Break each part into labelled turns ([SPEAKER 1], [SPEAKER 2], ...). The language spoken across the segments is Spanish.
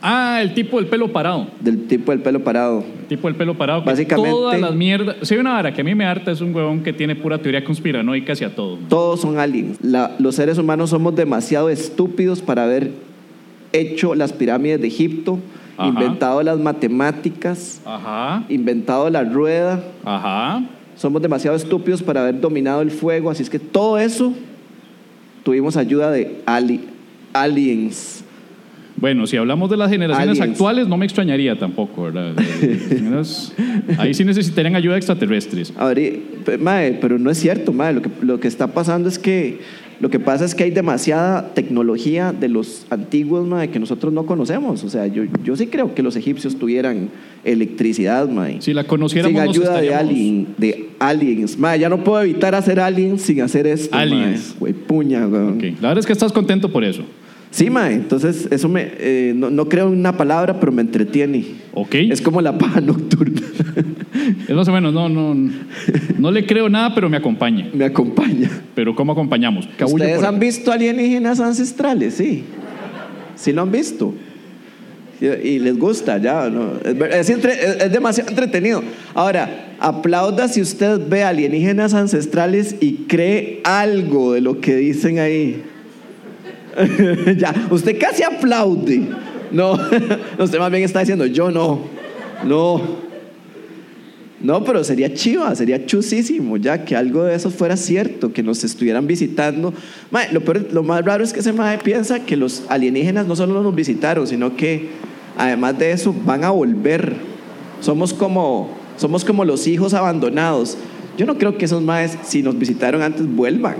[SPEAKER 1] Ah, el tipo del pelo parado.
[SPEAKER 2] del tipo del pelo parado.
[SPEAKER 1] El tipo del pelo parado. Que
[SPEAKER 2] Básicamente-
[SPEAKER 1] Todas las mierdas. Sí, una vara que a mí me harta es un huevón que tiene pura teoría conspiranoica hacia todo.
[SPEAKER 2] Todos son aliens. La- los seres humanos somos demasiado estúpidos para haber hecho las pirámides de Egipto,
[SPEAKER 1] Ajá.
[SPEAKER 2] inventado las matemáticas,
[SPEAKER 1] Ajá,
[SPEAKER 2] inventado la rueda.
[SPEAKER 1] ajá.
[SPEAKER 2] Somos demasiado estúpidos para haber dominado el fuego. Así es que todo eso tuvimos ayuda de ali- aliens.
[SPEAKER 1] Bueno, si hablamos de las generaciones
[SPEAKER 2] Aliens.
[SPEAKER 1] actuales, no me extrañaría tampoco, ¿verdad? Eh, unas- Ahí sí necesitarían ayuda de extraterrestres.
[SPEAKER 2] A ver, y- pe- mae, pero no es cierto, mae. Lo que, lo que está pasando es que lo que pasa es que hay demasiada tecnología de los antiguos, mae, que nosotros no conocemos. O sea, yo, yo sí creo que los egipcios tuvieran electricidad, mae.
[SPEAKER 1] Si la conociéramos,
[SPEAKER 2] sin
[SPEAKER 1] nos
[SPEAKER 2] ayuda de,
[SPEAKER 1] estaríamos-
[SPEAKER 2] alien, de aliens. Mae, ya no puedo evitar hacer aliens sin hacer esto.
[SPEAKER 1] Aliens.
[SPEAKER 2] mae. Güey, puña, weón.
[SPEAKER 1] Ok, La verdad es que estás contento por eso.
[SPEAKER 2] Sí, mae. Entonces, eso me. eh, no, no creo en una palabra, pero me entretiene.
[SPEAKER 1] Ok.
[SPEAKER 2] Es como la paja nocturna.
[SPEAKER 1] Es más o menos, no, no, no le creo nada, pero me acompaña.
[SPEAKER 2] me acompaña.
[SPEAKER 1] Pero ¿cómo acompañamos? Cabullo
[SPEAKER 2] ¿Ustedes
[SPEAKER 1] por
[SPEAKER 2] han visto alienígenas ancestrales? Sí. Sí lo han visto. Y, y les gusta, ya. ¿no? Es, ver- es entre- es- es demasiado entretenido. Ahora, aplauda si usted ve alienígenas ancestrales y cree algo de lo que dicen ahí. ya, usted casi aplaude. No, usted más bien está diciendo, yo no. No. No, pero sería chiva, sería chusísimo ya que algo de eso fuera cierto, que nos estuvieran visitando. Mae, lo, peor- lo más raro es que ese mae piensa que los alienígenas no solo nos visitaron, sino que además de eso van a volver. Somos como, somos como los hijos abandonados. Yo no creo que esos maes, si nos visitaron antes, vuelvan.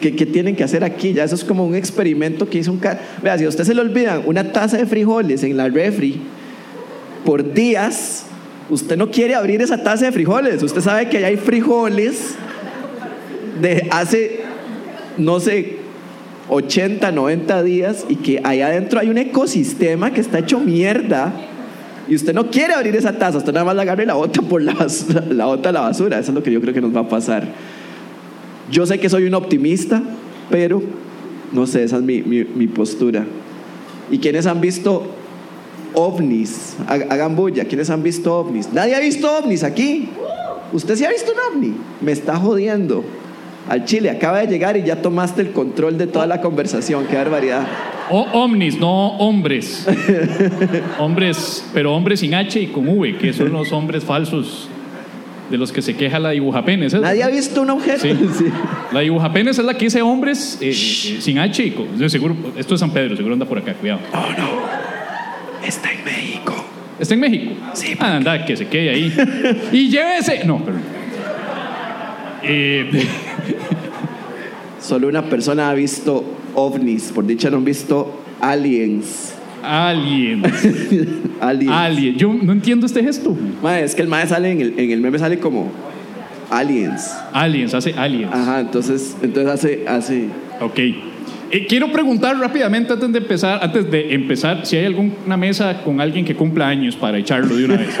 [SPEAKER 2] ¿Qué, qué tienen que hacer aquí? Ya eso es como un experimento que hizo un... ca- Vea, si a usted se le olvidan una taza de frijoles en la refri, por días, usted no quiere abrir esa taza de frijoles. Usted sabe que allá hay frijoles de hace, no sé, 80, 90 días y que allá adentro hay un ecosistema que está hecho mierda. Y usted no quiere abrir esa taza, usted nada más la agarra y la bota por la basura, la bota a la basura. Eso es lo que yo creo que nos va a pasar. Yo sé que soy un optimista, pero no sé, esa es mi, mi- mi postura. ¿Y quienes han visto ovnis, ha- hagan bulla. ¿Quiénes han visto ovnis? Nadie ha visto ovnis aquí. ¿Usted sí ha visto un ovni? Me está jodiendo. Al Chile, acaba de llegar y ya tomaste el control de toda la conversación. Qué barbaridad.
[SPEAKER 1] O omnis, Oh, no hombres. hombres, pero hombres sin H y con V, que son los hombres falsos de los que se queja la dibujapenes. ¿eh?
[SPEAKER 2] Nadie ha visto un objeto.
[SPEAKER 1] Sí.
[SPEAKER 2] Sí.
[SPEAKER 1] La dibujapenes es la que dice hombres eh, eh, eh, sin H y con yo seguro, Esto es San Pedro, seguro anda por acá, cuidado.
[SPEAKER 2] Está en México.
[SPEAKER 1] ¿Está en México?
[SPEAKER 2] Sí,
[SPEAKER 1] Ah, anda, que se quede ahí. y llévese. No, perdón. Eh,
[SPEAKER 2] Solo una persona ha visto ovnis. Por dicha no han visto aliens.
[SPEAKER 1] alien.
[SPEAKER 2] aliens.
[SPEAKER 1] Alien. Yo no entiendo este gesto.
[SPEAKER 2] Mae, es que el mae sale en el, en el meme sale como aliens.
[SPEAKER 1] Aliens, hace aliens.
[SPEAKER 2] Ajá, entonces, entonces hace, hace.
[SPEAKER 1] Ok. Eh, quiero preguntar rápidamente antes de empezar, antes de empezar, si hay alguna mesa con alguien que cumpla años para echarlo de una vez.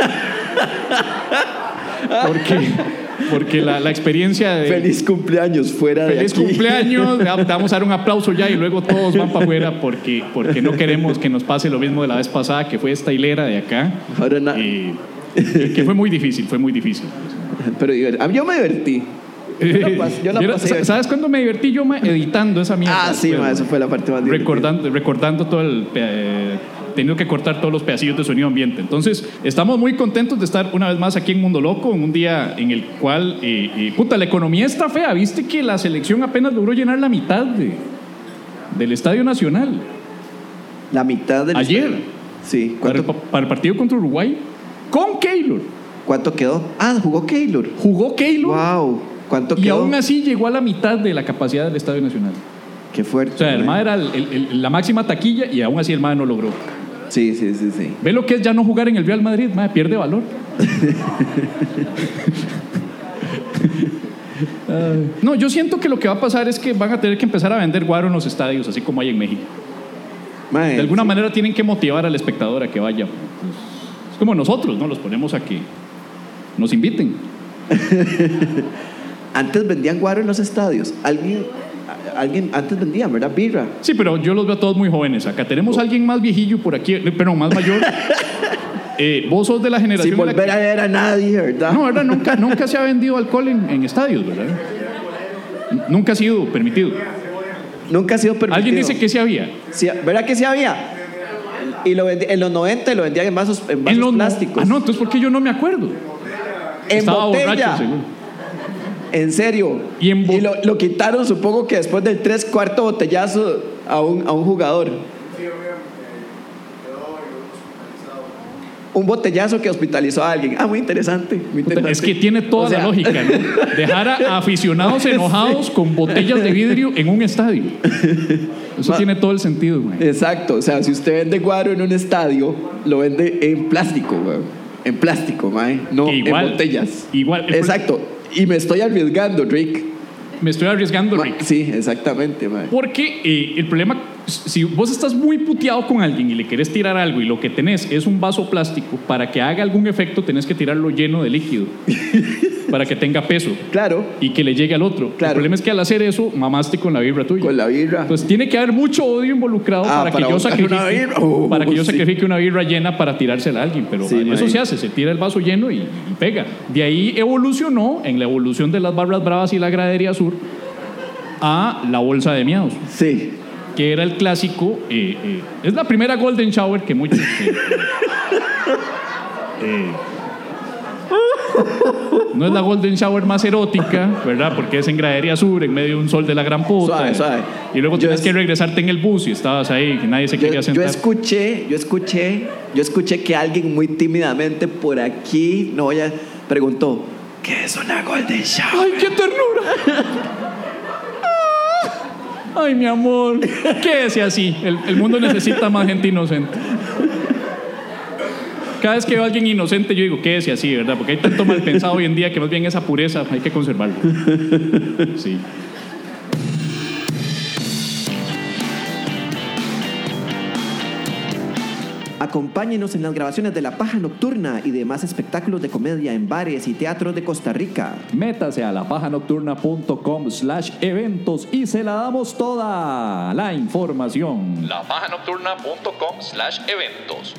[SPEAKER 1] Porque, porque la, la experiencia de
[SPEAKER 2] Feliz cumpleaños fuera de
[SPEAKER 1] feliz
[SPEAKER 2] aquí.
[SPEAKER 1] cumpleaños, le vamos a dar un aplauso ya y luego todos van para afuera porque, porque no queremos que nos pase lo mismo de la vez pasada que fue esta hilera de acá.
[SPEAKER 2] Ahora na-
[SPEAKER 1] Eh, que fue muy difícil, fue muy difícil.
[SPEAKER 2] Pero diver- a mí yo me divertí. Yo la pas- yo la
[SPEAKER 1] Vieron,
[SPEAKER 2] pasé.
[SPEAKER 1] ¿Sabes cuándo me divertí yo ma, editando esa mierda?
[SPEAKER 2] Ah, sí,
[SPEAKER 1] Bueno,
[SPEAKER 2] ma, eso fue la parte más divertida.
[SPEAKER 1] recordando, recordando todo el... eh, tenido que cortar todos los pedacillos de sonido ambiente. Entonces, estamos muy contentos de estar una vez más aquí en Mundo Loco, en un día en el cual, eh, eh, puta, la economía está fea. Viste que la selección apenas logró llenar la mitad de- del Estadio Nacional
[SPEAKER 2] La mitad del.
[SPEAKER 1] ayer
[SPEAKER 2] Sí,
[SPEAKER 1] para el,
[SPEAKER 2] ¿cuánto,
[SPEAKER 1] pa- para el partido contra Uruguay con Keylor.
[SPEAKER 2] cuánto quedó? Ah, jugó Keylor.
[SPEAKER 1] Jugó Keylor.
[SPEAKER 2] Wow. ¿Cuánto
[SPEAKER 1] Y
[SPEAKER 2] quedó?
[SPEAKER 1] aún así llegó a la mitad de la capacidad del Estadio Nacional.
[SPEAKER 2] Qué fuerte.
[SPEAKER 1] O sea, el
[SPEAKER 2] mae.
[SPEAKER 1] MAE era el- el- el- la máxima taquilla y aún así el MAE no logró.
[SPEAKER 2] Sí, sí, sí, sí.
[SPEAKER 1] Ve lo que es ya no jugar en el Real Madrid, mae, pierde valor. Ay. no, yo siento que lo que va a pasar es que van a tener que empezar a vender guaro en los estadios, así como hay en México.
[SPEAKER 2] Mae,
[SPEAKER 1] De alguna
[SPEAKER 2] sí.
[SPEAKER 1] manera tienen que motivar al espectador a que vaya. Pues, es como nosotros, ¿no? Los ponemos a que nos inviten.
[SPEAKER 2] Antes vendían guaro en los estadios. Alguien, a- alguien antes vendían, ¿verdad? Birra.
[SPEAKER 1] Sí, pero yo los veo a todos muy jóvenes. Acá tenemos a alguien más viejillo por aquí, eh, pero más mayor. Eh, vos sos de la generación.
[SPEAKER 2] Sin
[SPEAKER 1] en la que-
[SPEAKER 2] volver a ver a nadie, ¿verdad?
[SPEAKER 1] No, ¿verdad? Nunca, nunca se ha vendido alcohol en, en estadios, ¿verdad? N- Nunca ha sido permitido.
[SPEAKER 2] Nunca ha sido permitido.
[SPEAKER 1] Alguien dice que sí había.
[SPEAKER 2] Sí, ¿Verdad que sí había? Y lo vendi- en los 90 lo vendían en vasos, en vasos
[SPEAKER 1] En los
[SPEAKER 2] plásticos.
[SPEAKER 1] Ah, no, entonces ¿por qué yo no me acuerdo?
[SPEAKER 2] en
[SPEAKER 1] Estaba
[SPEAKER 2] botella.
[SPEAKER 1] borracho, seguro.
[SPEAKER 2] en serio.
[SPEAKER 1] Y en bo-
[SPEAKER 2] lo, lo quitaron, supongo que después del tres cuarto botellazo a un, a un jugador. Un botellazo que hospitalizó a alguien. Ah, muy interesante. muy interesante.
[SPEAKER 1] Es que tiene toda
[SPEAKER 2] O sea,
[SPEAKER 1] la lógica, ¿no? Dejar a aficionados enojados con botellas de vidrio en un estadio. Eso
[SPEAKER 2] Ma-
[SPEAKER 1] tiene todo el sentido, güey.
[SPEAKER 2] Exacto, o sea, si usted vende guaro en un estadio, lo vende en plástico, weón. En plástico, mae. No
[SPEAKER 1] Que igual,
[SPEAKER 2] en botellas.
[SPEAKER 1] igual.
[SPEAKER 2] Exacto. Y me estoy arriesgando, Rick.
[SPEAKER 1] Me estoy arriesgando,
[SPEAKER 2] Ma-
[SPEAKER 1] Rick.
[SPEAKER 2] Sí, exactamente, mae.
[SPEAKER 1] Porque eh, el problema, si vos estás muy puteado con alguien y le querés tirar algo y lo que tenés es un vaso plástico, para que haga algún efecto tenés que tirarlo lleno de líquido, para que tenga peso
[SPEAKER 2] Claro,
[SPEAKER 1] y que le llegue al otro.
[SPEAKER 2] Claro.
[SPEAKER 1] El problema es que al hacer eso, mamaste con la vibra tuya.
[SPEAKER 2] con la birra.
[SPEAKER 1] Entonces tiene que haber mucho odio involucrado
[SPEAKER 2] Ah,
[SPEAKER 1] para,
[SPEAKER 2] para
[SPEAKER 1] que yo
[SPEAKER 2] buscar
[SPEAKER 1] sacrifique
[SPEAKER 2] una birra. Oh,
[SPEAKER 1] para que yo
[SPEAKER 2] sí.
[SPEAKER 1] sacrifique una birra llena para tirársela a alguien, pero
[SPEAKER 2] Sí,
[SPEAKER 1] eso
[SPEAKER 2] mae.
[SPEAKER 1] se hace, se tira el vaso lleno y, y pega. De ahí evolucionó en la evolución de las barras bravas y la gradería sur a la bolsa de miados,
[SPEAKER 2] sí.
[SPEAKER 1] que era el clásico, eh, eh, es la primera golden shower que muchos eh, eh, no es la golden shower más erótica, ¿verdad? Porque es en gradería sur, en medio de un sol de la gran puta.
[SPEAKER 2] Suave, suave.
[SPEAKER 1] Y luego
[SPEAKER 2] Yo
[SPEAKER 1] tienes
[SPEAKER 2] es-
[SPEAKER 1] que regresarte en el bus y estabas ahí, que nadie se
[SPEAKER 2] Yo,
[SPEAKER 1] quería
[SPEAKER 2] yo
[SPEAKER 1] sentar.
[SPEAKER 2] escuché, yo escuché, yo escuché que alguien muy tímidamente por aquí, no voy a, preguntó, ¿qué es una Golden Shower?
[SPEAKER 1] ¡Ay, qué ternura! ¡Ay, mi amor! Quédese así. El, el mundo necesita más gente inocente. Cada vez que veo a alguien inocente, yo digo, quédese así, ¿verdad? Porque hay tanto mal pensado hoy en día que más bien esa pureza hay que conservarla. Sí.
[SPEAKER 2] Acompáñenos en las grabaciones de La Paja Nocturna y demás espectáculos de comedia en bares y teatros de Costa Rica.
[SPEAKER 3] Métase a lapajanocturna.com slash eventos y se la damos toda la información.
[SPEAKER 4] lapajanocturna.com slash eventos.